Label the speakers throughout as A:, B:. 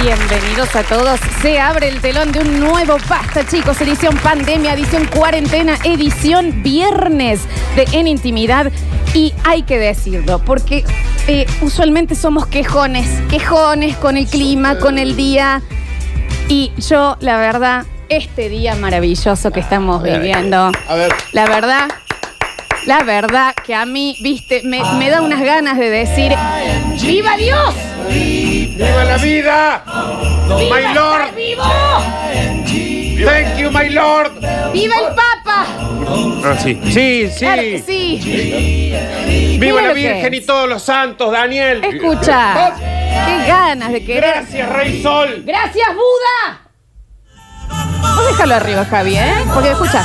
A: Bienvenidos a todos. Se abre el telón de un nuevo Basta, chicos. Edición pandemia, edición cuarentena, edición viernes de En Intimidad. Y hay que decirlo, porque eh, usualmente somos quejones. Quejones con el clima, con el día. Y yo, la verdad, este día maravilloso que estamos viviendo.
B: A ver,
A: La verdad, la verdad que a mí, viste, me, me da unas ganas de decir, ¡Viva Dios!
B: viva la vida.
A: ¡Viva
B: My
A: estar
B: Lord.
A: vivo!
B: Thank you, my lord.
A: ¡Viva el Papa!
B: Ah, sí. Sí, sí.
A: Claro que sí.
B: Viva
A: Mira
B: la
A: lo que
B: Virgen
A: es.
B: y todos los santos, Daniel.
A: Escucha. ¡Qué ganas de querer!
B: Gracias, Rey Sol.
A: ¡Gracias, Buda! Vos déjalo arriba, Javi, ¿eh? Porque escucha.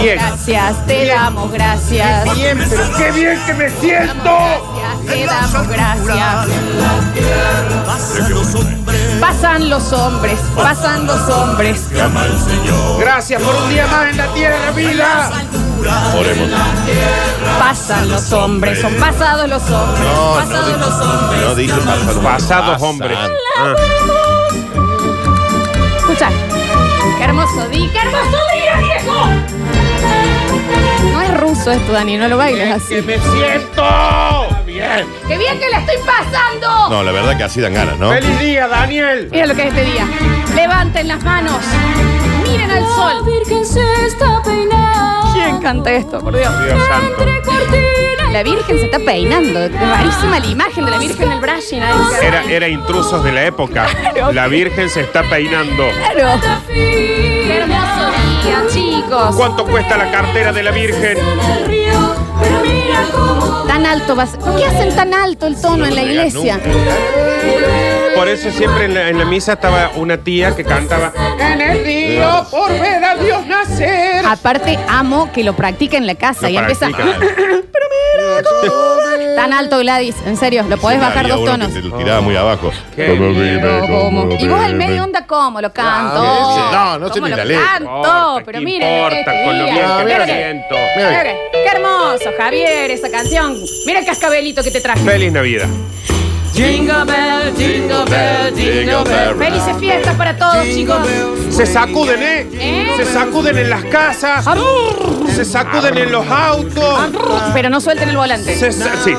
B: Bien.
A: Gracias, te damos gracias.
B: Bien, pero qué bien que me siento.
A: Gracias, te damos gracias. Pasan los hombres, pasan los hombres.
B: Gracias por un día más en la tierra, vida.
A: Pasan los hombres, son pasados los hombres,
C: No,
A: pasados
C: no,
A: los hombres.
C: No dije pasado.
B: Pasados hombres.
A: Escucha, qué hermoso día, qué hermoso día, viejo. No es ruso esto, Dani, no lo bailes así.
B: Que me siento. Bien.
A: ¡Qué bien que la estoy pasando!
C: No, la verdad que así dan ganas, ¿no?
B: Feliz día, Daniel.
A: Mira lo que es este día. Levanten las manos, miren al
D: La
A: sol.
D: Virgen se está peinando.
A: ¿Quién canta esto, por Dios?
B: Dios santo.
D: Entre cortina y
A: La Virgen se está peinando. Rarísima la imagen de la Virgen del brushing. ahí.
E: Era, era intrusos de la época. La Virgen se está peinando.
A: Claro. Qué
D: cortina.
A: hermoso día, chicos.
E: ¿Cuánto cuesta la cartera de la Virgen?
D: En el río, pero mira cómo
A: Tan alto vas. ¿Por qué hacen tan alto el tono en la iglesia?
B: Eh,
E: Por eso siempre en la, en la misa estaba una tía que cantaba.
B: En el río por ver a Dios nacer.
A: Aparte, amo que lo practica en la casa
E: Lo
A: Ah, y empieza.
E: practica.
A: Tan alto, Gladys. En serio, lo podés bajar
C: Había
A: dos
C: uno
A: tonos.
C: que Te lo tiraba muy abajo.
B: Qué
C: Como
B: miedo,
C: vive, como
A: Y vos al
C: vive.
A: medio onda, ¿cómo lo canto?
C: Ah, sí, sí. No, no sé
A: ¿Cómo
C: ni
A: lo
C: la letra.
A: canto? Pero
E: ¿Qué
A: miren.
E: importa
A: este
E: con lo
A: día.
E: bien
A: Miren,
E: que me
C: Mira,
E: siento?
C: Mira,
A: miren, Qué hermoso, Javier, esa canción. Mira el cascabelito que te traje.
E: Feliz Navidad.
F: Jingle bell, jingle bell, jingle bell.
A: Felices fiestas para todos, chicos.
B: Se sacuden, ¿eh?
A: ¿Eh?
B: Se sacuden en las casas.
A: Arr.
B: Se sacuden en los autos.
A: Pero no suelten el volante.
B: Se, sa- sí.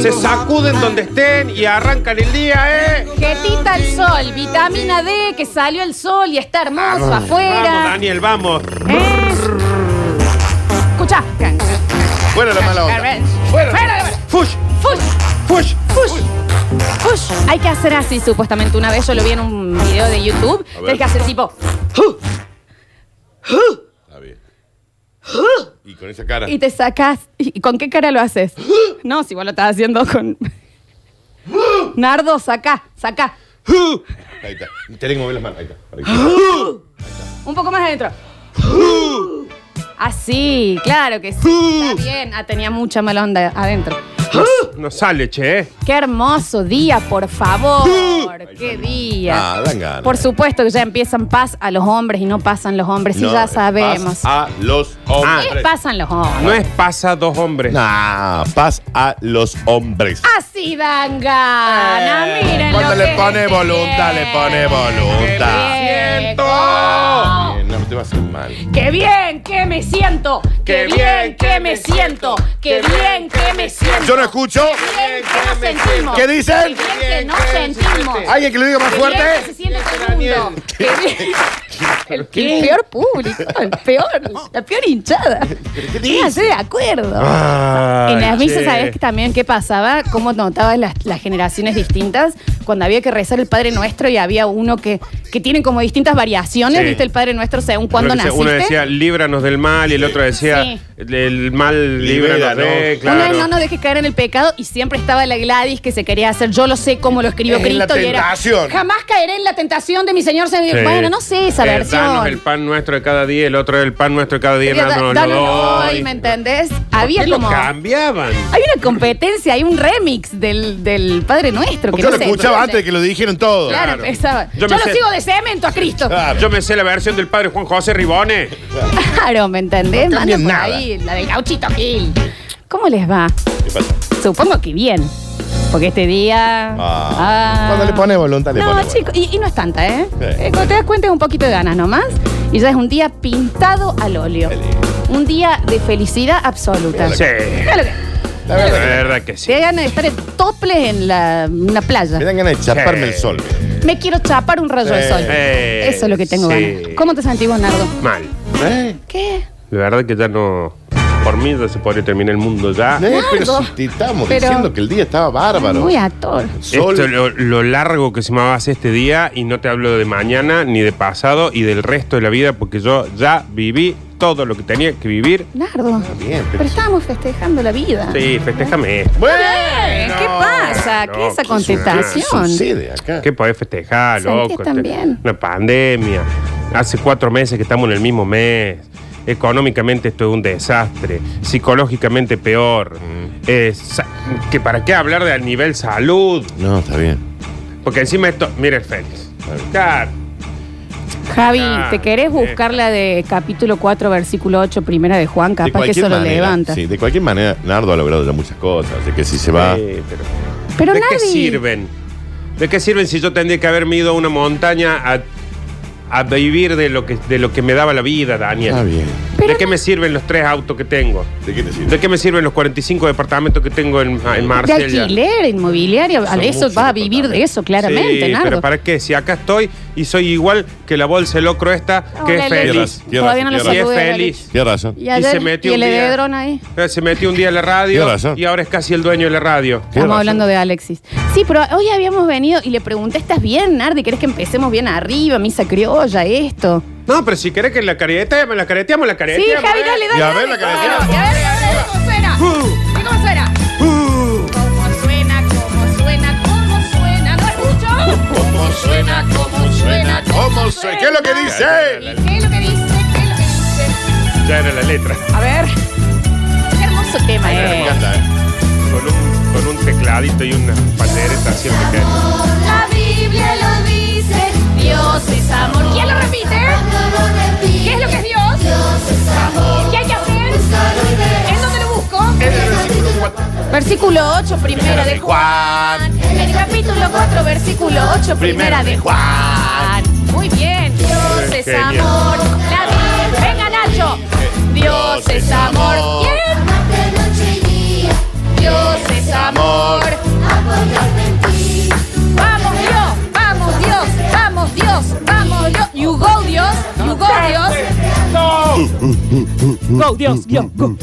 B: se sacuden donde estén y arrancan el día, ¿eh?
A: Jetita al sol, vitamina D, que salió el sol y está hermoso
C: Ah.
E: Vamos,
A: afuera.
E: Daniel, vamos.
A: Escucha.
C: Bueno, la mala onda.
B: Fuera. Fush,
A: Fush,
B: fush,
A: fush, fush. Hay que hacer así, supuestamente. Una vez yo lo vi en un video de YouTube.
C: ver.
A: Tienes que hacer tipo.
C: Está bien. Y con esa cara.
A: Y te sacas. ¿Y con qué cara lo haces? No, si vos lo estás haciendo con. Nardo, saca, saca.
C: Ahí está. Tenés que mover las manos. Ahí está. Ahí está.
A: Un poco más adentro. Así, claro que sí. Está bien. Ah, tenía mucha mala onda adentro.
E: No sale, che. ¿eh?
A: Qué hermoso día, por favor. Qué día.
C: Ah, dan ganas.
A: Por supuesto que ya empiezan paz a los hombres y no pasan los hombres, y
C: No, eh,
A: ya sabemos.
C: Paz a los
A: ¿Qué
C: hombres.
A: pasan los hombres?
E: No es pasa dos hombres.
C: Nah, paz a los hombres.
A: Así dan ganas.
C: Eh,
A: Miren
C: cuando
A: lo
C: le
A: que es
C: pone
A: este
C: voluntad, le pone voluntad.
A: ¡Qué bien!
B: Siento.
A: Oh,
C: Bien, No te va a hacer mal.
A: ¡Qué bien que me siento! ¡Qué bien que me siento! ¡Qué bien que me siento!
C: Yo no escucho.
A: ¡Qué bien que nos sentimos!
C: ¿Qué dicen?
A: ¡Qué bien que nos sentimos!
C: ¿Alguien que lo diga más
A: ¡Qué bien que se
C: fuerte?
A: siente todo el mundo! ¡Qué bien! El, el peor público, el peor, la peor hinchada. Pónganse de acuerdo. En las misas, ¿sabes que también qué pasaba? ¿Cómo notabas las, las generaciones distintas? Cuando había que rezar el Padre Nuestro y había uno que, que tiene como distintas variaciones,
E: Sí.
A: ¿viste? El Padre Nuestro según cuándo
E: Uno decía-
A: naciste.
E: Uno decía, líbranos del mal, y el otro decía,
A: Sí.
E: el mal, líbranos
C: Libéranos.
E: de...
A: Una vez no
E: Claro.
A: nos dejes caer en el pecado y siempre estaba la Gladys que se quería hacer, yo lo sé cómo lo escribió
C: En la
A: Cristo y era.
C: tentación.
A: Jamás caeré en la tentación de mi Señor. Señor".
E: Sí.
A: Bueno, no sé esa
E: Eh, Danos
A: versión.
E: el pan nuestro de cada día, el otro el pan nuestro de cada día.
A: Sería, da-
E: danos
A: dánoslo hoy, ¿me entendés? Había
E: lo
A: como.
E: cambiaban?
A: Hay una competencia, hay un remix del, del Padre Nuestro. que
C: Yo
A: no
C: lo
A: sé,
C: escuchaba
A: no
C: antes de
A: sé.
C: que lo dijeron todo.
A: Claro,
E: Claro.
A: empezaba. Yo,
E: Yo me
A: lo
E: sé-
A: sigo de cemento a Cristo. Claro,
C: Claro.
E: Yo me sé la versión del padre Juan José Ribone.
A: ¿me entendés?
C: No
A: Manda
C: cambian
A: por
C: nada.
A: ahí, la del gauchito Gil. ¿Cómo les va?
C: ¿Qué pasa?
A: Supongo que bien. Porque este día.
C: Ah. Cuando le pone voluntad, le
A: No,
C: pone
A: chico, y, y no es tanta, ¿eh?
C: Sí.
A: Eh, Cuando te das cuenta es un poquito de ganas nomás. Y ya es un día pintado al óleo.
C: Qué lindo.
A: Un día de felicidad absoluta.
E: Sí,
A: Claro que-
C: La
E: la
C: verdad.
E: verdad que
A: Te
E: sí.
A: dan ganas de estar en tople en la, una playa.
C: Me dan ganas de chaparme
E: Sí.
C: el sol.
A: Me quiero chapar un rayo de
C: Sí.
A: sol.
E: Eh,
A: Eso es lo que tengo
E: sí.
A: ganas. ¿Cómo te sentís vos, Nardo?
E: Mal.
C: ¿Eh?
A: ¿Qué?
E: La verdad que ya no. Por mí ya se podría terminar el mundo ya.
C: Eh, pero
A: Nardo.
C: si te estamos
A: Pero-
C: diciendo que el día estaba bárbaro.
A: Muy actor.
C: Sol.
E: Esto, lo, lo largo que se me va a hacer este día, y no te hablo de mañana, ni de pasado, y del resto de la vida, porque yo ya viví todo lo que tenía que vivir.
A: Nardo.
C: bien, pero-
A: pero estábamos festejando la vida.
E: Sí, festejame esto.
C: Bueno,
A: Eh, ¿Qué pasa?
E: no,
A: ¿Qué es esa
E: ¿qué suena?
A: contestación?
C: sucede acá?
E: ¿Qué podés festejar,
A: Sentí
E: loco? Este,
A: también.
E: Una pandemia. Hace cuatro meses que estamos en el mismo mes. Económicamente esto es un desastre. Psicológicamente peor.
C: Mm.
E: Eh, sa- que ¿Para qué hablar del nivel salud?
C: No, está bien.
E: Porque encima esto... Mira el Félix. Claro.
A: Javi,
E: Ah,
A: ¿te querés buscar la de capítulo 4, versículo 8, primera de Juan?
C: De
A: Capaz que
C: cualquier
A: eso lo
C: manera,
A: levanta.
C: Sí, de cualquier manera, Nardo ha logrado ya muchas cosas. Así que si se va.
E: Eh, pero-
A: Pero
E: ¿De
A: nadie.
E: qué sirven? ¿De qué sirven si yo tendría que haberme ido a una montaña a, a vivir de lo, que, de lo que me daba la vida, Daniel?
C: Está bien.
A: Pero
E: ¿De qué me sirven los tres autos que tengo?
C: ¿De qué te sirve?
E: ¿De qué me sirven los 45 departamentos que tengo en, ah, en
A: De
E: Marsella?
A: alquiler, inmobiliario,
C: Son
A: eso
C: muchos
A: vas a vivir de
C: departamentos.
A: eso, claramente,
E: sí,
A: Nardo.
E: pero ¿para qué? Si acá estoy y soy igual que la bolsa de locro esta, que
A: Hola,
E: es
A: Leli.
E: feliz.
C: Tierra,
A: Todavía no lo
C: tierra.
E: Y es
A: saludé,
E: feliz.
C: Tienes razón.
A: Leli. Y, ayer,
E: se metió
A: y
E: un
A: el
E: día.
A: edredón ahí.
E: Eh, Se metió un día en la radio
C: Tienes razón.
E: y ahora es casi el dueño de la radio.
C: Qué
A: Estamos
C: razón.
A: hablando de Alexis. Sí, pero hoy habíamos venido y le pregunté, ¿estás bien, Nardi? ¿Querés que empecemos bien arriba? Misa criolla, esto.
E: No, pero si querés que la careteamos, la careteamos, la
A: Sí,
E: careteamos.
A: Javi,
E: ¿eh?
A: dale, dale.
C: Y a ver la
A: dale,
C: cabecera.
A: claro. Y a ver, a ver, ¿cómo suena?
C: Uh.
A: ¿Y cómo suena? ¿Cómo suena? ¿Cómo suena? ¿Cómo suena? ¿No escucho?
C: ¿Cómo suena? ¿Cómo suena? ¿Cómo suena? ¿Qué es lo que dice?
A: ¿Y qué es lo que dice? ¿Qué es lo que dice?
E: Ya era la letra.
A: A ver. Qué hermoso tema
C: Me
A: es.
C: encanta, ¿eh?
E: Con un, con un tecladito y una pandereta haciendo que.
D: La Biblia lo dice, Dios es amor.
A: ¿Quién lo repite? ¿Qué es lo que es Dios? ¿Qué hay que hacer? ¿En dónde lo busco? Versículo 8, primera de Juan. En el capítulo 4, versículo 8, primera de Juan. Muy bien. Dios es
E: Genial.
A: amor. La Biblia- Venga, Nacho. Dios es amor. ¿Quién?
D: Amarte noche y día,
A: Dios es Este amor.
D: apoyarme en ti.
A: Vamos, Dios. Vamos, Dios. Vamos, Dios. Vamos, Dios. You go, Dios. You go, Dios. Go, Dios, Dios, go.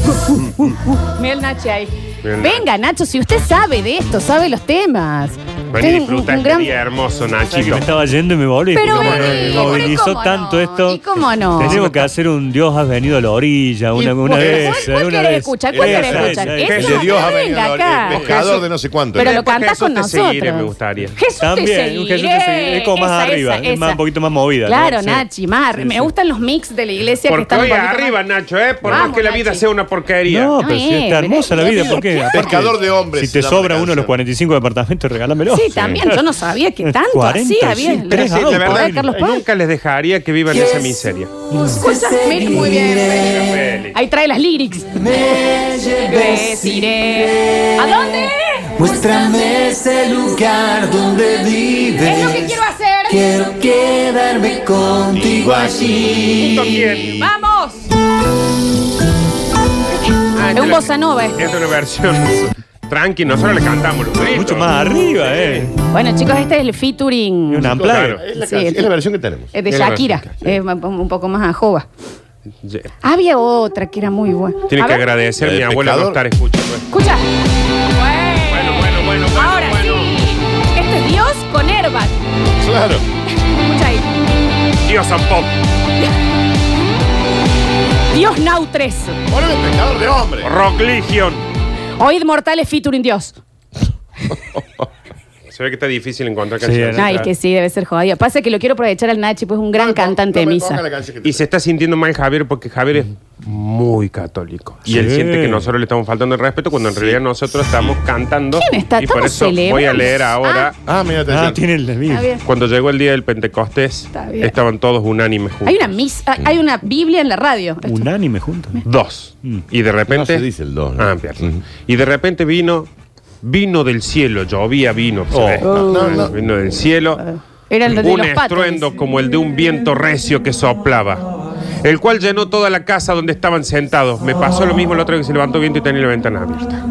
A: Mira el Nacho ahí.
E: Mira el
A: Venga, Nacho, si usted sabe de esto, sabe los temas.
E: Vení,
A: Usted es
E: disfruta este día hermoso,
G: que
E: Nachito.
G: me estaba yendo y me volví.
A: Pero
G: porque
A: vení,
G: me
A: pero
G: movilizó
A: cómo
G: tanto
A: no,
G: esto.
A: y cómo no.
G: Tenemos que hacer un Dios has venido a la orilla, una, una
A: ¿Cuál-
G: vez.
A: ¿Cuál,
G: una
A: quieres
G: vez.
A: escuchar? ¿Cuál
G: Esa,
A: quieres escuchar?
G: esa,
A: Esa,
E: esa.
C: De Dios ha venido
A: venga
C: a la- el
A: acá.
C: pescador de no sé cuánto. ¿eh?
A: Pero
E: En
A: lo
E: época
A: cantás
E: Jesús
A: con
E: te
A: nosotros.
E: seguiré, me gustaría.
A: Jesús te
G: También,
A: seguiré.
G: un Jesús te seguiré. Es como más
A: Esa,
G: arriba,
A: esa,
G: es más,
A: esa.
G: un poquito más movida. ¿no?
A: Claro,
G: Sí.
A: Nachi, más.
G: Sí,
A: me
G: sí.
A: gustan los mix de la iglesia que
E: Porque
A: están un
E: hoy
A: poquito más-
E: arriba, Nacho, ¿eh? Por
A: Vamos,
E: más que la vida
A: Nachi.
E: sea una porquería.
G: No, pero
A: No
G: si
A: es,
G: está hermosa
A: pero
G: la
A: es
G: vida,
A: vida,
G: ¿por qué?
A: claro.
G: Aparte,
C: Pescador de hombres,
G: Si te
C: se llama la
G: sobra uno de
C: canción.
G: los 45 departamentos, regálamelo.
A: Sí, también. Yo no sabía que tanto así había. en
E: Pero
G: Tres
E: sí,
A: la-
G: autos,
E: la verdad,
A: Ay, Carlos Paz.
E: nunca les dejaría que vivan esa miseria.
A: Escucha, mira, muy bien.
E: Feli.
A: Ahí trae las lyrics. Deciré. ¿A dónde?
H: Muéstrame ese lugar donde
A: Es lo que
H: vives.
A: quiero hacer.
H: Quiero quedarme contigo allí.
E: ¿Junto a quién?
A: ¡Vamos!
E: Ah,
A: Es
E: esta
A: un
E: la-
A: bossa nova esto.
E: Esta es una versión tranqui, nosotros le cantamos los gritos.
G: Mucho más arriba, ¿eh?
A: Bueno, chicos, este es el featuring
G: Y un
A: eh,
G: amplio.
E: Claro.
C: Es la,
A: Sí,
C: canción-
A: el-
C: es la versión que tenemos.
A: de Shakira. Es un un poco más a jova. Había otra que era muy buena.
E: Tiene
A: A
E: que
A: ver,
E: agradecer a mi
C: El
E: abuela no
C: pecador.
E: estar escuchando esto.
A: Escucha.
E: Bueno, bueno, bueno, bueno,
A: Ahora
E: bueno.
A: sí. Este es Dios con herbas.
C: Claro.
A: Escucha ahí.
E: Dios tampoco.
A: Dios Nautres.
C: Poneme el pescador de hombres.
E: Rock Legion.
A: Oíd mortales featuring Dios.
E: Se ve que está difícil encontrar
G: Sí,
E: canciones.
G: ¿no?
A: Ay, que sí, debe ser jodida. Pasa que lo quiero aprovechar al Nachi, pues es un gran cantante de
C: No me
A: misa.
C: ponga la canción que te-
E: Y se está sintiendo mal Javier porque Javier es muy católico. Y él
G: Sí.
E: siente que nosotros le estamos faltando el respeto cuando en realidad nosotros estamos cantando.
A: ¿Quién está?
E: Y por
A: Estamos
E: eso voy a
A: celebrando.
E: leer ahora.
C: Ah, mira, te
G: Ah,
C: decían.
G: tiene el
A: Está
G: David.
A: bien.
E: Cuando llegó el día del Pentecostés,
A: Está bien.
E: estaban todos unánimes juntos.
A: Hay una misa, hay- hay una Biblia en la radio.
G: Unánime juntos.
E: Dos. Y de repente.
C: No Mm. Ah, se dice el dos, ¿no?
E: Ah, bien.
C: Ujú.
E: Y de repente vino Vino del cielo, llovía vino. ¿sabes?
C: no, no, no.
E: Vino del cielo.
A: Era el de
E: un
A: los patos.
E: estruendo
A: dice.
E: como el de un viento recio que soplaba, el cual llenó toda la casa donde estaban sentados. Me pasó lo mismo el otro día que se levantó viento y tenía la ventana abierta,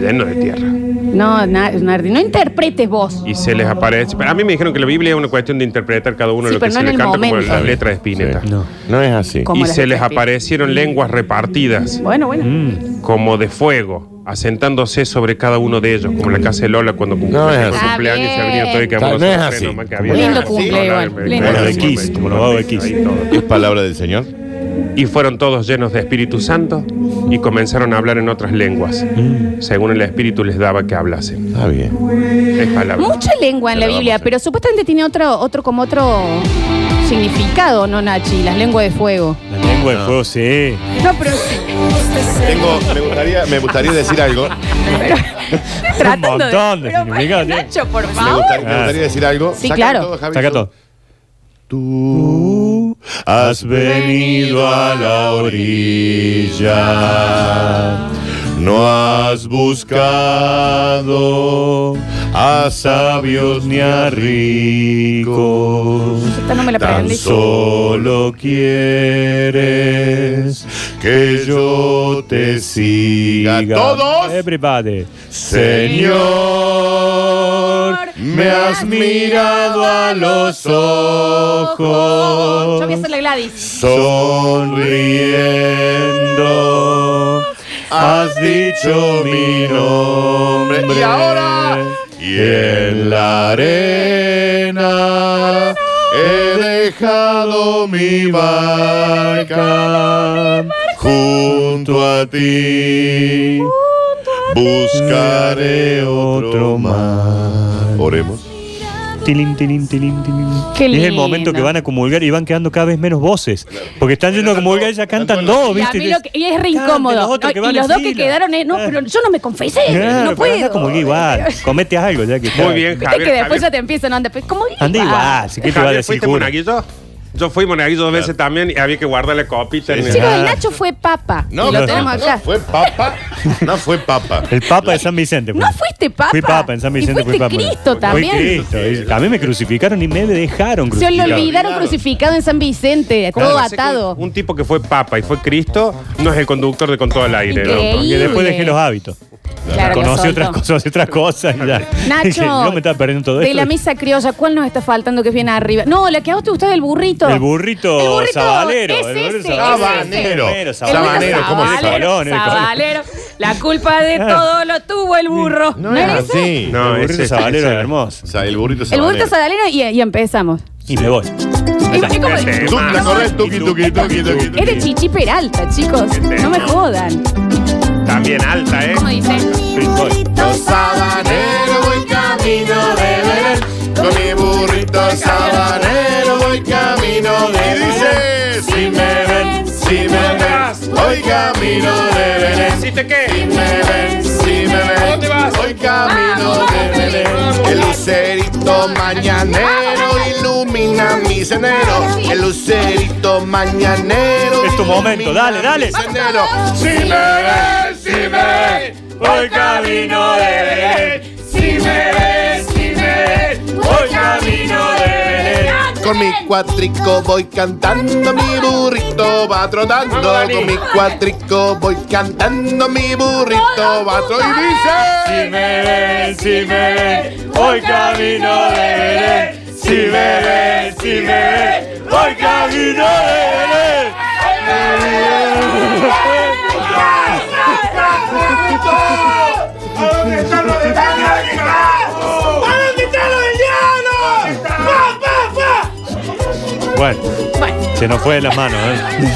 E: lleno de tierra.
A: No, Na- Nardi, no interpretes vos.
E: Y se les aparece. Pero a mí me dijeron que la Biblia es una cuestión de interpretar cada uno
A: Sí,
E: lo que
A: pero
E: se
A: no en
E: le
A: el
E: canta como
A: momento.
E: la letra de Spinetta.
C: No. No es así.
A: Como
E: Y
A: las
E: se
A: letras
E: les
A: de Spinetta.
E: aparecieron lenguas repartidas,
A: Bueno, bueno.
E: como de fuego, asentándose sobre cada uno de ellos, como la casa de Lola cuando cumplió
C: No es
E: su
C: así.
E: cumpleaños y se
A: Está
E: abrió todo y
A: bien.
E: que
C: Está-
E: amoroso
C: no es
E: freno,
C: así.
E: más que
C: Como
E: había.
A: lindo
E: Sí,
A: cumple,
E: no,
A: igual.
E: no,
A: Lindo
E: no,
G: cumple.
E: no,
G: Como los de Kiss, como los vagos de Kiss.
E: Ahí todo.
C: Es palabra del Señor.
E: Y fueron todos llenos de Espíritu Santo y comenzaron a hablar en otras lenguas,
C: Mm.
E: según el Espíritu les daba que hablasen.
C: Está bien.
E: Es palabra.
A: Mucha lengua en la
C: Pero vamos
A: Biblia,
C: a-
A: pero supuestamente tiene otro, otro como otro significado, ¿no, Nachi? Las lenguas de fuego.
G: La lengua
C: Ah.
G: de fuego, sí.
A: No, pero,
C: Tengo, me gustaría, me gustaría decir algo.
A: pero tratando
G: montón de
A: pero,
G: significado, tiene.
A: Nacho, por
C: Me
A: favor.
C: gustaría, me gustaría decir algo.
A: Sí,
C: Saca
A: claro.
C: todo, Javi.
G: Saca todo.
C: Tú has venido a la orilla, no has buscado a sabios ni a ricos.
A: Esta no me la
C: Tan
A: aprendí.
C: solo quieres que yo te siga. ¡Todos!
G: Everybody.
C: Señor, me has mirado a los
A: Yo voy a
C: ojos,
A: hacer la Gladys.
C: sonriendo, has dicho mi nombre. Y ahora, y en la arena he dejado mi barca junto a ti. Buscaré otro mar. Oremos.
G: Tilín, tilín, tilín, tilín.
A: Qué
G: Y es el
A: lindo.
G: momento que van a comulgar y van quedando cada vez menos voces. Porque están yendo a comulgar y ya cantan dos,
A: Y, a
G: ¿viste?
A: mí lo que- y es re
G: Canten
A: incómodo.
G: los otros que
A: No, y
G: van
A: los
G: en
A: dos que
G: fila.
A: quedaron es, no, pero yo no me confesé,
G: Claro,
A: no
G: pero anda
A: puedo.
G: como que igual. Comete algo ya que
E: Muy bien,
A: Viste
E: Javier.
A: que después
E: Javier.
A: ya te empiezan a andar. pues, ¿Cómo
G: Anda igual, si que te va a
E: Javier,
G: decir
E: ¿Fuiste
G: cura.
E: monaguillo? Yo fui monaguillo dos veces también y había que guardar la copita. en
C: Sí,
E: el-
A: Chicos, el
G: Ah.
A: Nacho fue papa. y lo
G: no,
A: tenemos
C: no
A: acá. No,
C: fue papa. No fue papa.
G: El Papa de San Vicente. fue.
A: fuiste papa.
G: Fui Papa en San Vicente.
A: Y fuiste
G: fui papa.
A: Cristo
G: Fui
A: también.
G: Cristo. Y A mí me crucificaron y me dejaron
A: Se lo
G: crucificado.
A: olvidaron crucificado en San Vicente,
E: Claro,
A: todo
E: sé que
A: atado.
E: Un, un tipo que fue papa y fue Cristo no es el conductor de Con todo el aire. ¿no?
A: Increíble.
G: Y después dejé los hábitos.
A: Claro, lo
G: Conocí
A: soltó.
G: otras cosas, otras cosas y ya. Dije,
A: Nacho,
G: no me estaba perdiendo todo
A: de
G: esto.
A: la misa criolla, ¿cuál nos está faltando que viene arriba? No, la que a vos te gusta es el burrito.
G: El burrito
A: El burrito
G: sabalero,
A: Es
G: el
A: ese,
G: burrito
A: es
C: sabanero.
A: ese. El
G: Sabanero, sabanero,
A: burrito
G: ¿cómo se
A: sabalero,
G: llama?
A: sabalero. La culpa de todo lo tuvo el burro.
C: No es así.
E: No,
G: el
E: ese
G: burrito
E: es
G: sabalero
E: ese.
G: era hermoso.
C: Ah, O sea, el burrito
A: El burrito
C: sabanero.
A: sabalero y, y empezamos.
G: Y me voy.
A: Es, es como-
E: Este
C: Tú, ¿Te acordás? Tuki, tuki, tuki, tuki,
A: es de
C: tuki.
A: Chichi Peralta,
G: Este
A: chicos. No me jodan.
E: También alta, ¿eh?
A: ¿Cómo dicen?
C: Burrito sabanero voy camino de Belén. Con mi burrito sabanero voy camino de Belén. Y dice, si me ven, si me ven, voy camino de Belén.
E: ¿Hiciste qué?
C: Si me ven, si me ven,
E: ¿Dónde vas?
C: voy camino de Belén. El lucerito mañanero ilumina mi sendero. El lucerito mañanero.
G: Es tu momento,
C: ilumina
G: dale, dale.
C: mi sendero. Si me ven, si me ven, voy camino de Belén. Si me ven, si me ven, voy camino de Belén. Con mi cuatrico voy cantando, mi burrito va trotando.
E: Vamos, Dani.
C: Con mi cuatrico voy cantando, mi burrito va trotando. Y dice: Si me ven, si me ven, voy camino de Belén. Si me ven, si me ven, voy camino de
G: Bueno, se nos fue de las manos, ¿eh?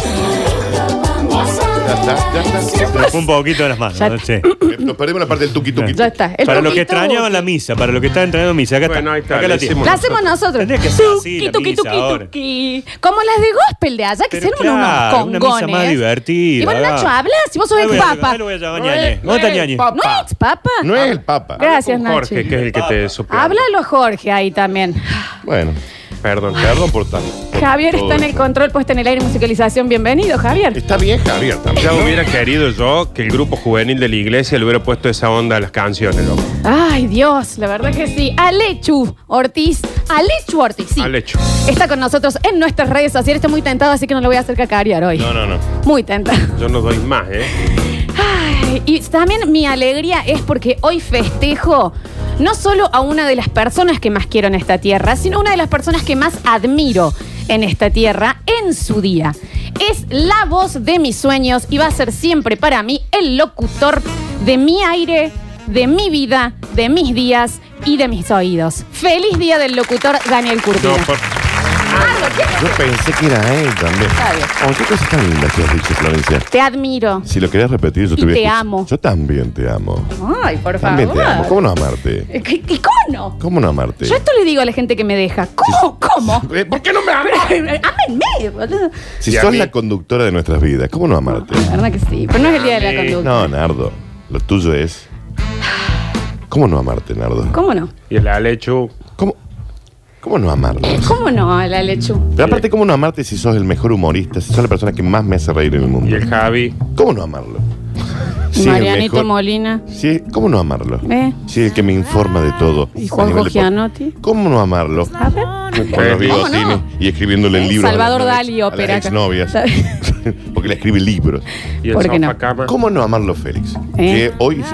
G: Se nos fue un poquito de las manos.
A: Ya-
G: ¿no? Sí.
C: Belén. Nos perdimos la parte del tuki tuki.
A: Ya está. El
G: Para lo
A: tuki,
G: que
A: tuki.
G: extrañaban la misa, para lo que estaban extrañando misa, acá
E: Bueno, ahí
G: está.
E: está, le
G: Acá la tiene.
E: hicimos.
A: La hacemos nosotros.
G: Tendría que ser así
A: Tuki,
G: la
A: tuki,
G: misa
A: tuki,
G: ahora.
A: tuki. Como las de gospel de allá, que
G: Pero
A: hicieron
G: claro,
A: unos
G: una
A: congones.
G: misa más divertida,
A: Y bueno,
G: va.
A: Nacho, habla si vos sos
G: Ahí
A: el
G: voy a-
A: papa.
G: ahí lo voy a llamar Ñañe. ¿Dónde está Ñañe?
C: Papa.
A: ¿No es papa? Ah,
C: No es el papa.
A: Gracias,
E: Con
A: Nacho.
E: Jorge, que es el que te supe.
A: Háblalo a Jorge ahí también.
C: Bueno.
E: Perdón.
C: Perdón por tal. por
A: Javier
C: todo
A: está en el
C: eso.
A: control, puesta en el aire y musicalización. Bienvenido, Javier.
C: Está bien, Javier, también.
E: Ya hubiera querido yo que el grupo juvenil de la iglesia le hubiera puesto esa onda a las canciones, loco.
A: Ay, Dios, la verdad que sí. Alechu Ortiz. Alechu Ortiz, sí.
E: Al hecho.
A: Está con nosotros en nuestras redes sociales. Está muy tentado, así que no lo voy a hacer cacarear hoy.
E: No, no, no.
A: Muy tentado.
E: Yo no doy más, ¿eh?
A: Ay, y también mi alegría es porque hoy festejo no solo a una de las personas que más quiero en esta tierra, sino una de las personas que más admiro en esta tierra en su día. Es la voz de mis sueños y va a ser siempre para mí el locutor de mi aire, de mi vida, de mis días y de mis oídos. Feliz día del locutor Daniel Curtino.
E: No, por-
C: Yo pensé que era él también.
A: Está bien.
C: Oh, qué cosa tan linda que has dicho, Florencia.
A: Te admiro.
C: Si lo querés repetir, yo
A: Y
C: te voy a
A: te
C: escuchar.
A: amo.
C: Yo también te amo.
A: Ay, por
C: También
A: favor. Eh,
C: te amo. ¿Cómo no amarte?
A: ¿Qué- qué- ¿Cómo no?
C: ¿Cómo no amarte?
A: Yo esto le digo a la gente que me deja. ¿Cómo? ¿Cómo?
C: Eh, ¿Por qué no me amas?
A: Ámenme, boludo.
C: Si
E: Y a
C: sos
E: mí.
C: la conductora de nuestras vidas, ¿cómo no amarte?
A: La verdad que sí. Pero no es el día de la conducta.
C: No, Nardo. Lo tuyo es. ¿Cómo no amarte, Nardo?
A: ¿Cómo no?
E: Y el Alechu.
C: ¿Cómo, cómo no amarte?
A: ¿Cómo no, la lechu?
C: Pero aparte, ¿cómo no amarte si sos el mejor humorista? Si sos la persona que más me hace reír en el
E: Y
C: mundo.
E: el Javi.
C: ¿Cómo no amarlo? Si es el
A: Marianito
C: mejor-
A: Molina.
C: si es- ¿Cómo no amarlo?
A: ¿Eh?
C: Si es el que me informa de todo.
A: Y
C: a
A: Juanjo
C: nivel de-
A: Gianotti.
C: ¿Cómo no amarlo?
A: A ver.
C: Con los
A: ¿Cómo no? Eh,
C: bigotines y escribiéndole el libro.
A: Salvador Dalí, ópera.
C: Las novias. Porque le escribe libros.
E: Y el
A: ¿Por qué no?
E: Zafacama.
C: ¿Cómo no amarlo, Félix?
A: ¿Eh?
C: Que hoy es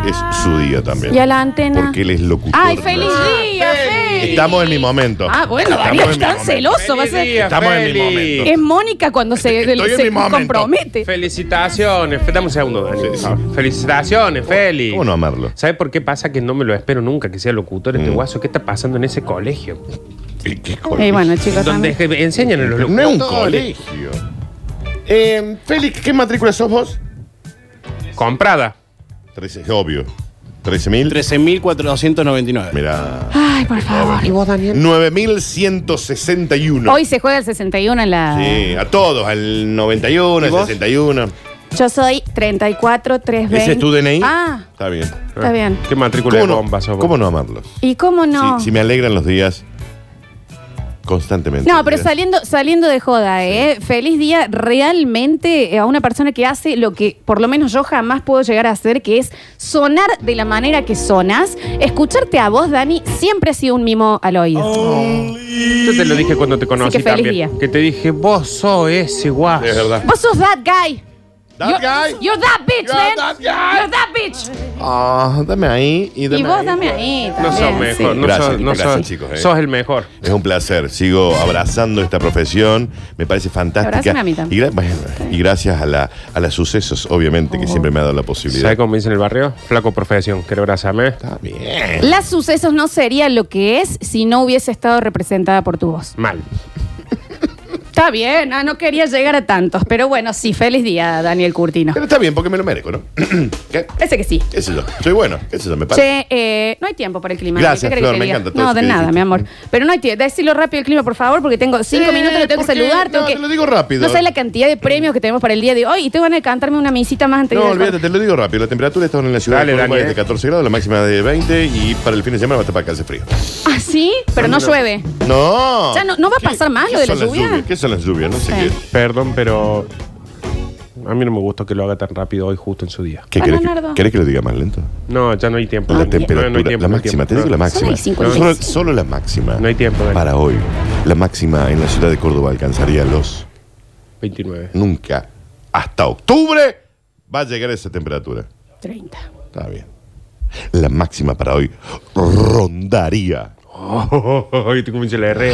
C: su día también.
A: Y a la antena.
C: Porque él es locutor.
A: ¡Ay, feliz día, Félix!
C: Estamos en mi momento.
A: Ah, bueno,
C: Estamos
A: Darío
C: en
A: es
C: mi
A: tan
C: momento.
A: celoso. Va a
B: Feliz
A: ser.
B: día,
C: Estamos en mi
B: Feli.
C: momento.
A: Es Mónica cuando se,
C: Estoy en
A: se
C: mi momento.
A: compromete.
E: Felicitaciones. Fe- Dame un segundo, Dani.
C: Sí, sí.
E: Ah, Felicitaciones, Feli.
C: ¿Cómo no amarlo?
E: ¿Sabes por qué pasa que no me lo espero nunca que sea locutor este
C: Mm.
E: guaso? ¿Qué está pasando en ese colegio?
C: ¿Qué- qué colegio?
A: Y Eh, bueno, chicos,
E: Donde
A: también.
E: es que enseñan a los
C: No es
E: locutores.
C: un colegio. Eh, Félix, ¿qué matrícula sos vos?
E: Comprada.
C: 13, es obvio. 13.000.
I: 13.499.
C: Mirá.
A: Ay, por favor.
E: ¿Y vos, Daniel?
C: 9.161.
A: Hoy se juega el 61 en la.
C: Sí, a todos, al 91,
E: ¿Y
C: al
E: vos?
C: 61.
A: Yo soy 34, 320.
C: ¿Ese es tu DNI?
A: Ah,
C: Está bien.
A: está bien.
E: ¿Qué matrícula de
C: ¿Cómo no,
E: bomba sos vos?
C: cómo no amarlos?
A: ¿Y cómo no?
C: Si, si me alegran los días constantemente.
A: No, pero
C: Mira.
A: saliendo, saliendo de joda, ¿eh? Feliz día realmente eh, a una persona que hace lo que por lo menos yo jamás puedo llegar a hacer, que es sonar de la manera que sonas. Escucharte a vos, Dani, siempre ha sido un mimo al oído.
C: Oh.
E: Yo te lo dije cuando te conocí
A: que feliz
E: también.
A: día.
E: Que te dije, vos sos ese guaso.
C: Es verdad.
A: Vos sos that guy.
C: That
A: you're,
C: guy.
A: You're that bitch,
C: You're
A: man.
C: that guy.
A: You're that bitch.
C: Ah, dame ahí y dame
A: Y vos
C: ahí.
A: dame ahí.
E: No sos
A: también,
E: mejor.
A: sí.
E: No
C: Gracias,
E: sos, no
C: gracias,
E: sos-
C: chicos, eh.
E: Sos el mejor.
C: Es un placer, sigo abrazando esta profesión, me parece
A: Abrázame
C: fantástica.
A: a mí también.
C: Y, gra- bueno, y gracias a, la, a las sucesos, obviamente, que
A: Oh.
C: siempre me ha dado la posibilidad.
E: ¿Sabes cómo me dicen en el barrio? Flaco profesión. Quiero abrazarme.
C: Está bien.
A: Las sucesos no sería lo que es si no hubiese estado representada por tu voz.
E: Mal.
A: Está bien, ah, no quería llegar a tantos, pero bueno, sí, feliz día, Daniel Curtino.
C: Pero está bien, porque me lo merezco, ¿no? ¿Qué?
A: Parece que sí.
C: ¿Qué sé yo? Soy bueno, qué sé yo, me parece.
A: Che, eh, no hay tiempo para el clima.
C: Gracias,
A: ¿Qué querés
C: Flor,
A: que te
C: me
A: diga?
C: encanta todo
A: No,
C: eso
A: de
C: que
A: nada,
C: dijiste.
A: mi amor. Pero no hay tiempo. Decilo rápido el clima, por favor, porque tengo cinco
C: Sí,
A: minutos, lo tengo que
C: porque-
A: saludar. tengo
C: no,
A: que-
C: te lo digo rápido.
A: No sabes la cantidad de premios que tenemos para el día de hoy y te van a cantarme una misita más antes
C: No,
A: de ir al
C: olvídate, te lo digo rápido. La temperatura está en la ciudad
E: Dale,
C: de, Córdoba
E: Dani,
C: es de
E: eh.
C: 14 grados, la máxima de 20 y para el fin de semana va a estar para acá hace frío.
A: corte. Ah, sí, pero no llueve.
C: No.
A: Ya no- no va a
C: ¿Qué-
A: pasar más
C: qué
A: lo de la
C: son las
A: lluvia?
C: lluvias? ¿Qué son las lluvias? No sé
A: Sí.
C: qué.
E: Perdón, pero a mí no me gusta que lo haga tan rápido hoy, justo en su día.
C: ¿Qué
A: Ah,
C: querés,
A: Leonardo.
C: que, querés que lo diga más lento?
E: No, ya no hay tiempo.
C: la
E: Dani.
C: temperatura,
E: No, no hay tiempo,
C: la
E: no hay
C: máxima,
E: tiempo.
C: te digo la
E: No.
C: máxima.
A: Ah, las 56.
C: Solo, solo la máxima.
E: No hay tiempo, Dani.
C: Para hoy, la máxima en la ciudad de Córdoba alcanzaría los
E: 29.
C: nunca. Hasta octubre va a llegar esa temperatura.
A: 30.
C: Está bien. La máxima para hoy rondaría.
E: Oh, oh, oh, oh, tengo un CLR.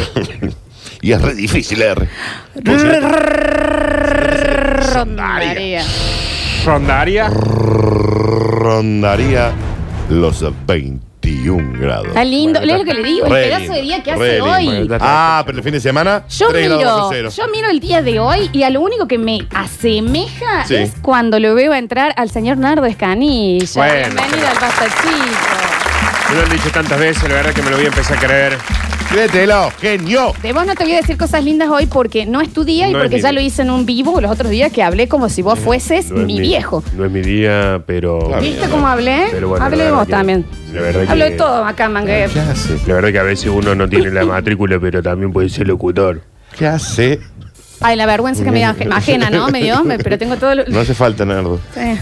C: Y es re difícil, R.
A: Rondaría.
E: Rondaria.
C: Rondaría los 21 grados.
A: Está lindo. Es lo que le digo, el
C: Re
A: pedazo
C: lindo,
A: de día que hace
C: re lindo.
A: hoy.
C: Ah, pero el fin de semana,
A: Yo
C: 3 grados bajo
A: miro,
C: cero.
A: yo miro el día de hoy y a lo único que me asemeja
C: Sí.
A: es cuando lo veo entrar al señor Nardo Escanilla.
E: Bueno,
A: Bienvenido
E: pero-
A: al Basta Chico.
E: Me lo han dicho tantas veces, la verdad que me lo voy a empezar a creer.
C: Créetelo, genio.
A: De vos no te voy a decir cosas lindas hoy porque no es tu día y
E: No es
A: porque
E: mi
A: ya lo
E: día.
A: hice en un vivo los otros días que hablé como si vos fueses
E: No es
A: mi viejo.
E: No es mi día, pero.
A: ¿Viste cómo hablé?
E: Pero bueno,
A: hablé
E: la
A: de
E: verdad
A: ¿Eh? vos
E: que-
A: también.
E: la verdad que-
A: Hablo de todo acá, Mangue.
C: ¿Qué hace?
E: La verdad que a veces uno no tiene la matrícula, pero también puede ser locutor.
C: ¿Qué hace?
A: Ay, la vergüenza que me da me ajena, ¿no? Me dio, me- pero tengo todo lo...
C: No hace falta, Nardo.
A: Eh.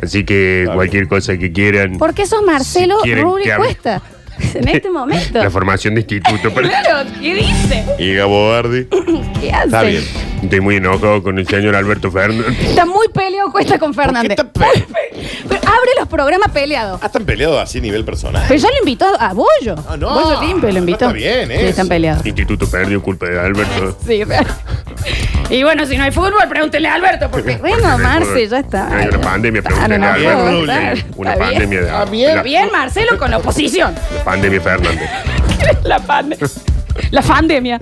E: Así que cualquier cosa que quieran.
A: ¿Por qué sos Marcelo
E: Si quieren
A: Rubri
E: que hable.
A: Cuesta? En este momento.
E: La formación de instituto. pero-
A: Claro, ¿qué dice?
C: Y Gabo Bardi.
A: ¿Qué hace?
C: Está bien.
E: Estoy muy enojado con el señor Alberto Fernández.
A: Está muy peleado Cuesta con Fernández.
C: está pe-
A: Pero abre los programas peleados.
C: Ah, están peleados así a nivel personal.
A: Pero ya lo invitó a Bollo.
C: Ah, no.
A: Bollo Limpio lo invitó.
E: Ah,
C: No está bien,
A: Sí,
C: eso.
A: están peleados.
E: Instituto perdió culpa de Alberto.
A: Sí, pero- Y bueno, si no hay fútbol, pregúntele a Alberto, porque bueno, Marce, ya está.
E: Hay una pandemia,
A: Claro,
E: pregúntale
A: no
E: a
A: puedo,
E: Alberto.
A: claro.
E: Sí, Una
A: Está bien.
E: pandemia de
C: Está bien.
E: la-
A: Bien, Marcelo, con la oposición.
E: la pandemia Fernández.
A: La pandemia. La pandemia.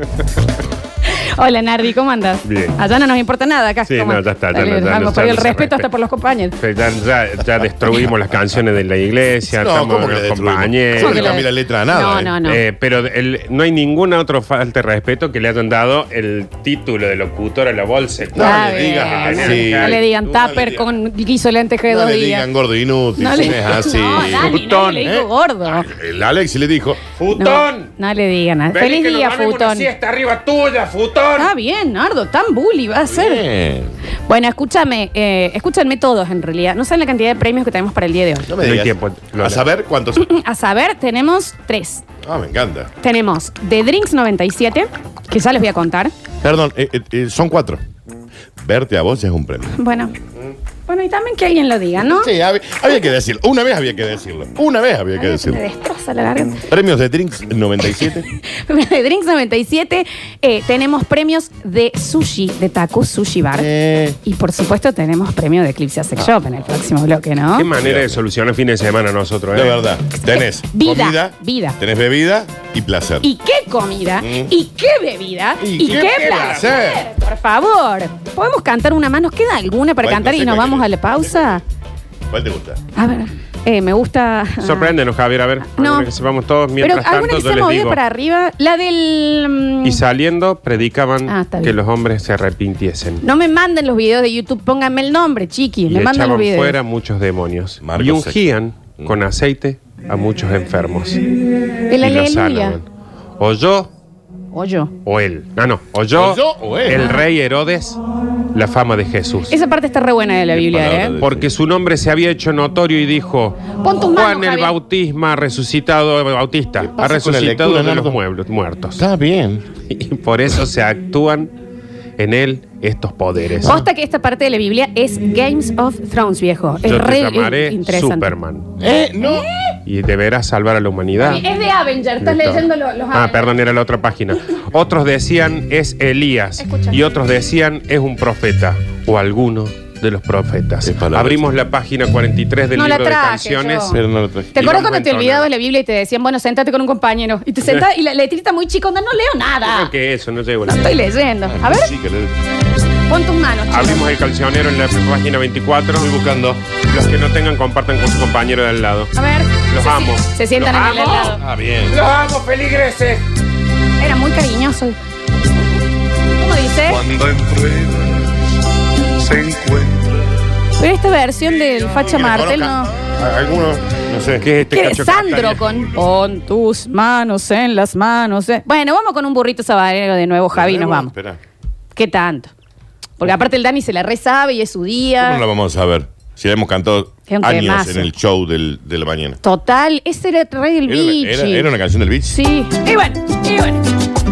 A: Hola, Nardi, ¿cómo andas?
E: Bien.
A: Allá no nos importa nada, acá.
E: Sí,
A: ¿cómo?
E: no, ya está, ya
A: bien,
E: no, ya
A: vamos,
E: no,
A: por
E: ya
A: el
E: no se
A: respeto hasta
E: respeta.
A: por los compañeros.
E: Ya, ya- ya destruimos las canciones de la iglesia,
C: No,
E: estamos
C: ¿cómo que
E: los
C: le destruimos?
E: compañeros.
C: ¿Cómo
A: que
C: le
A: la-
C: cambia la letra a nada?
A: No,
C: eh?
A: Ah, no, no.
E: Eh, pero el- no hay ninguna otra falta de respeto que le hayan dado el título de locutor a la bolsa.
C: No
A: Está
C: le
A: bien.
C: digas así.
A: No le digan
C: Tú no le
A: tupper
C: digas-
A: con guiso de lenteje
C: No
A: dos
C: le
A: días.
C: digan gordo inútil,
A: No
C: no
A: le-
C: es así.
A: No, Dani, nadie
E: Futón,
A: le dijo
C: ¿eh?
A: gordo.
C: El Alex le dijo,
A: No,
E: ¡Futón!
A: no le digan nada.
E: Vení
A: Feliz
E: que nos
A: día,
E: ganemos una
A: Futón. Ah,
E: siesta arriba tuya, Futón!
A: Está bien, Nardo, tan bully va a ser.
C: "Bien".
A: Bueno, escúchame, eh, escúchenme todos en realidad. No saben la cantidad de premios que tenemos para el día de hoy.
C: No me
E: No hay
C: digas.
E: tiempo, Lola.
C: A saber cuántos.
A: A saber, tenemos tres.
C: Ah, me encanta.
A: Tenemos The Drinks 97, que ya les voy a contar.
C: Perdón, eh, eh, eh, son cuatro. Verte a vos ya es un premio.
A: Bueno.
E: Mm.
A: Bueno, y también que alguien lo diga, ¿no?
C: Sí, hab- había, que decirlo. Una vez había que decirlo. Una vez había que
A: Ay, se Me
C: decirlo.
A: destroza la garganta.
C: Premios de Drinks 97.
A: De Drinks 97 eh, tenemos premios de sushi, de Taku Sushi Bar.
C: Eh,
A: Y por supuesto tenemos premio de Eclipse Sex Shop en el próximo bloque, ¿no?
E: Ah. Qué manera de solucionar fin de semana nosotros,
C: de
E: ¿eh?
C: verdad. Tenés
A: Vida,
C: comida,
A: vida.
C: tenés bebida y placer.
A: ¿Y qué comida?
C: Mm.
A: ¿Y qué bebida? ¿Y, qué, placer?
C: placer?
A: Por favor, ¿podemos cantar una más? ¿Nos queda alguna para
C: Bueno,
A: cantar
C: no
A: y
C: sé
A: nos
C: cuál
A: vamos a
C: querés.
A: la pausa?
C: ¿Cuál te gusta?
A: A ver, eh, me gusta...
E: Sorpréndenos, Javier, a ver.
A: No.
E: alguna Que sepamos todos
A: Pero
E: mientras
A: alguna
E: tanto,
A: que
E: yo
A: se
E: les
A: movió
E: digo.
A: para arriba, la del... mm,
E: Y saliendo, predicaban
A: Ah, está
E: que
A: bien.
E: los hombres se arrepintiesen.
A: No me manden los videos de YouTube, pónganme el nombre, chiqui.
E: y
A: Me mandan los
E: echaban
A: videos.
E: fuera muchos demonios.
C: Marcos Mm.
E: y ungían con aceite a muchos enfermos.
A: El
E: y los
A: aleluya.
E: sanaban. O yo
A: O yo.
E: o él. No, no. O yo,
C: O yo o él.
E: el rey Herodes, la fama de Jesús.
A: Esa parte está re buena de la Biblia,
C: palabra
A: ¿eh?
C: de-
E: Porque su nombre se había hecho notorio y dijo:
A: Pon tus
E: Juan
A: manos,
E: el
A: Javier".
E: Bautista ha resucitado, Bautista, ha
C: la
E: resucitado
C: lectura,
E: de los
C: Nardo?
E: mueblos- muertos.
C: Está bien.
E: Y por eso se actúan en él estos poderes.
A: Posta que esta parte de la Biblia es Games of Thrones, viejo. Es
E: Yo
A: re
E: te llamaré
A: interesante.
E: Superman.
C: Eh, no.
E: Y deberás salvar a la humanidad.
A: Es de Avenger, estás leyendo lo- los
E: Ah,
A: Avengers.
E: perdón, era la otra página. Otros decían es Elías
A: Escucha.
E: y otros decían es un profeta o alguno de los profetas.
C: Qué palabras.
E: Abrimos la página 43 del
A: No la
E: libro de
A: traje,
E: canciones.
A: yo.
C: Pero no lo traje.
A: ¿Te acuerdas
E: Iván
A: cuando te
E: Buentona.
A: olvidabas la Biblia y te decían, bueno, sentate con un compañero? Y te sentás y la letrita muy chica, onda, no leo nada.
E: Creo Ah. que eso, no llego a
A: No
E: la-
A: estoy leyendo. A ver,
C: Sí, que le-
A: pon tus manos. chico.
E: Abrimos el cancionero en la página 24.
C: estoy buscando.
E: Los que no tengan, compartan con su compañero de al lado.
A: A ver.
E: Los
A: Se-
E: amo.
A: Se sientan
E: Los
A: en el
E: amo.
A: lado.
C: Ah, bien.
B: ¡Los amo, feligreses!
A: Era muy cariñoso. ¿Cómo dice?
J: Cuando en prueba se encuentra.
A: Pero esta versión del Facha Martel no.
C: A- Alguno, no sé.
E: ¿Qué es este
A: ¿Qué?
E: cacho
A: Sandro
E: castaña?
A: con Pon tus manos en las manos. eh. Bueno, vamos con un burrito sabanero de nuevo, Javi, nos vamos.
C: Espera.
A: ¿Qué tanto? Porque aparte el Dani se la re sabe y es su
C: ¿Cómo
A: día.
C: lo vamos a saber? Si la hemos cantado
A: Es un
C: años
A: temazo.
C: en el show del, de la mañana.
A: Total, ese era el rey del
C: Era una,
A: bichi.
C: era- era una canción del beach.
A: Sí. Y bueno, y bueno.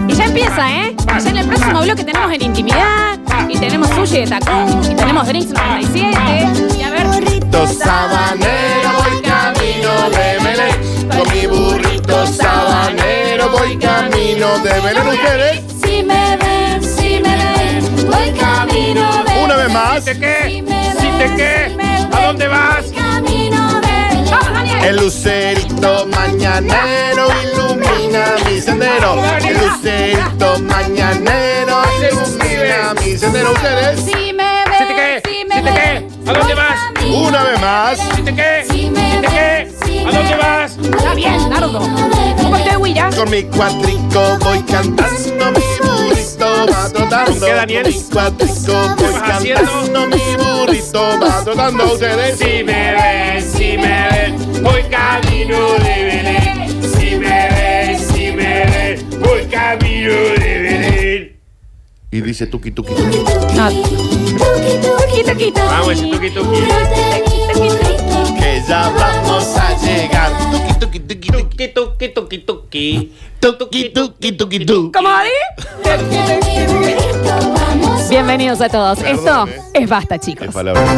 A: Y ya empieza, ¿eh? Ya en el próximo bloque tenemos en intimidad, y tenemos sushi de tacón, y tenemos drinks 97, y a ver...
C: burrito sabanero voy camino de Belén. Con mi burrito sabanero voy camino de Belén. Ustedes,
D: Si me ven, si me ven, voy camino de
C: una vez más,
D: Si me
B: ¿Si te
D: ven,
B: qué?
D: si me
B: ¿A
D: ven,
B: dónde vas? Ah,
D: voy Camino de
A: ¡Vamos, Daniel!
C: el lucerito mañanero ilumina mi sendero. El lucerito mañanero ilumina mi sendero. Ustedes,
D: Si me
B: ¿Si te qué?
D: ven, si me
B: ¿Si te qué?
D: ven,
B: ¿A dónde
D: voy
B: vas?
D: camino
C: una
D: de
C: vez más.
B: ¿Si te qué?
D: Si me
B: ¿Si te qué?
D: ven, si
B: ¿A
D: me
B: dónde
D: ven,
B: vas?
D: voy
A: Está bien, está todo. Un poquito de huilla.
C: Con mi cuatrico voy cantando, mi burrito va trotando.
D: ¿Con qué, Daniel?
C: Con mi cuatrico voy
D: vas
C: cantando, mi burrito va trotando. Ustedes
E: Si me ven, si me ven, voy camino de Belén. Si me ven, si me ven, voy camino de Belén.
C: Y dice tuki tuki tuki.
A: No.
D: Vamos, ese tuki tuki.
C: Que ya vamos a llegar. Tuki tuki tuki tuki.
D: Tuki, tuki, tuki, tuki.
C: Tuki tuki tuki tuki.
A: ¿Cómo di? Bienvenidos a todos. Esto es Basta, chicos.
C: eh. Qué palabra.